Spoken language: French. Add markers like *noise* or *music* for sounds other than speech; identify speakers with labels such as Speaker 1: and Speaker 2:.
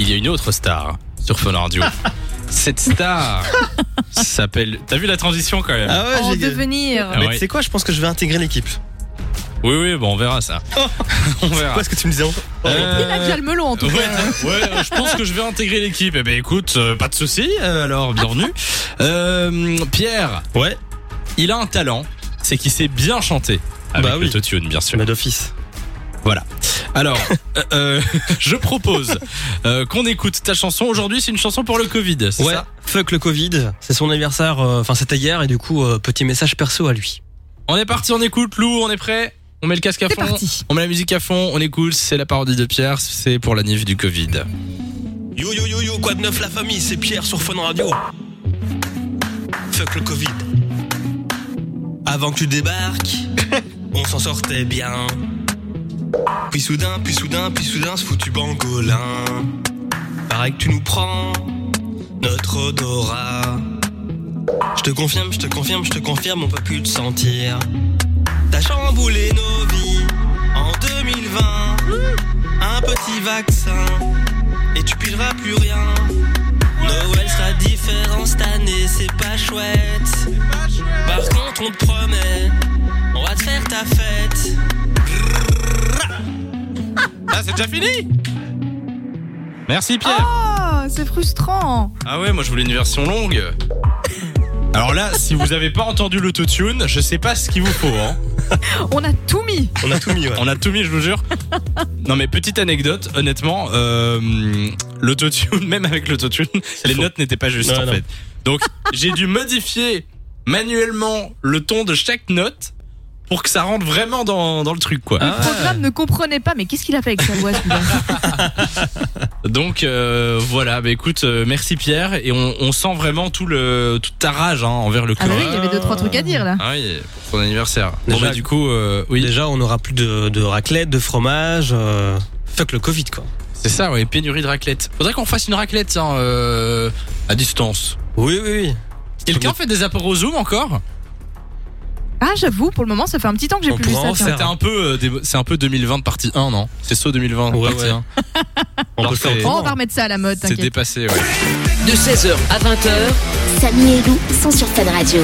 Speaker 1: il y a une autre star sur Fun
Speaker 2: *laughs*
Speaker 1: Radio. Cette star s'appelle. T'as vu la transition quand même
Speaker 2: Ah
Speaker 3: en
Speaker 2: ouais, j'ai.
Speaker 3: devenir.
Speaker 1: Ah
Speaker 2: Mais
Speaker 1: ouais.
Speaker 2: tu sais quoi, je pense que je vais intégrer *laughs* l'équipe.
Speaker 1: Oui, oui, bon, on verra ça.
Speaker 2: Oh.
Speaker 1: *laughs* on verra.
Speaker 2: Quoi ce que tu me disais Oh, encore
Speaker 1: Euh,
Speaker 3: Il a déjà le melon en tout
Speaker 1: Ouais,
Speaker 2: *laughs*
Speaker 3: cas.
Speaker 1: t'as- ouais, euh, je pense que je vais intégrer l'équipe. Eh ben écoute, euh, pas de souci. euh, alors
Speaker 2: *laughs*
Speaker 1: bienvenue, Euh, Pierre.
Speaker 2: Ouais,
Speaker 1: Il a un talent, c'est qu'il sait bien chanter avec
Speaker 2: Bah oui.
Speaker 1: l'autotune, bien sûr.
Speaker 2: mais d'office.
Speaker 1: Voilà. Alors, euh,
Speaker 2: *laughs*
Speaker 1: euh, je propose euh, qu'on écoute ta chanson. Aujourd'hui, c'est une chanson pour le Covid. c'est
Speaker 2: Ouais,
Speaker 1: ça
Speaker 2: fuck le Covid. C'est son anniversaire, euh, enfin c'était hier, et du coup, euh, petit message perso à lui.
Speaker 1: On est parti, on écoute. Lou, on est prêt On met le casque à
Speaker 3: C'est
Speaker 1: fond.
Speaker 3: parti.
Speaker 1: On met la musique à fond. On écoute. C'est la parodie de Pierre. C'est pour la nif du Covid.
Speaker 2: Yo yo yo yo, quoi de neuf la famille, c'est Pierre sur Fun Radio. Fuck le Covid. Avant que tu débarques, on s'en sortait bien. Puis soudain, puis soudain, puis soudain, ce foutu pangolin. Pareil que tu nous prends notre odorat. Je te confirme, je te confirme, je te confirme, on peut plus te sentir. T'as chamboulé nos vies en 2020. Un petit vaccin et tu pileras plus rien. Noël sera différent cette année, c'est pas chouette. Par contre, on te promet, on va te faire ta fête.
Speaker 1: Ah, c'est déjà fini Merci Pierre.
Speaker 3: Oh, c'est frustrant.
Speaker 1: Ah ouais, moi je voulais une version longue. Alors là, si vous avez pas entendu l'autotune, je sais pas ce qu'il vous faut. hein.
Speaker 3: On a tout mis.
Speaker 2: On a tout mis, ouais.
Speaker 1: On a tout mis, je vous jure. Non mais petite anecdote, honnêtement, euh, l'autotune, *laughs* même avec l'autotune, les
Speaker 2: faux.
Speaker 1: notes n'étaient pas justes
Speaker 2: Non,
Speaker 1: en
Speaker 2: non.
Speaker 1: fait. Donc j'ai dû modifier manuellement le ton de chaque note pour que ça rentre vraiment dans, dans le truc quoi.
Speaker 3: Le
Speaker 2: Ah.
Speaker 3: programme ne comprenait pas, mais qu'est-ce qu'il a fait avec sa voix celui-là
Speaker 1: Donc euh, voilà, bah écoute, euh, merci Pierre et on, on sent vraiment tout le toute ta rage hein, envers le
Speaker 3: Ah
Speaker 1: Covid.
Speaker 3: bah oui, il y avait deux trois trucs à dire là.
Speaker 1: Ah oui, pour son anniversaire. bon
Speaker 2: Déjà-
Speaker 1: bah du coup, euh, oui,
Speaker 2: *laughs* Déjà, on aura plus de, de raclette, de fromage. euh, fuck le Covid, quoi.
Speaker 1: c'est ça, ouais, pénurie de raclette. Faudrait qu'on fasse une raclette tiens, euh, à distance.
Speaker 2: Oui, oui, oui.
Speaker 1: Quelqu'un fait des apéros au Zoom encore
Speaker 3: Ah j'avoue, pour le moment, ça fait un petit temps que j'ai
Speaker 2: On
Speaker 3: plus lu
Speaker 2: pourra
Speaker 3: ça.
Speaker 2: en
Speaker 3: tiens.
Speaker 2: faire.
Speaker 1: C'est un peu, euh, des- c'est un peu 2020 partie 1, non C'est saut 2020
Speaker 2: Ouais,
Speaker 1: partie
Speaker 2: ouais.
Speaker 1: 1.
Speaker 2: On peut le faire
Speaker 1: Parfait.
Speaker 3: Oh,
Speaker 2: autrement.
Speaker 3: on va remettre ça à la mode,
Speaker 1: C'est
Speaker 3: t'inquiète.
Speaker 1: dépassé, ouais.
Speaker 4: De 16h à 20h,
Speaker 5: Samy et Lou sont sur Fun Radio.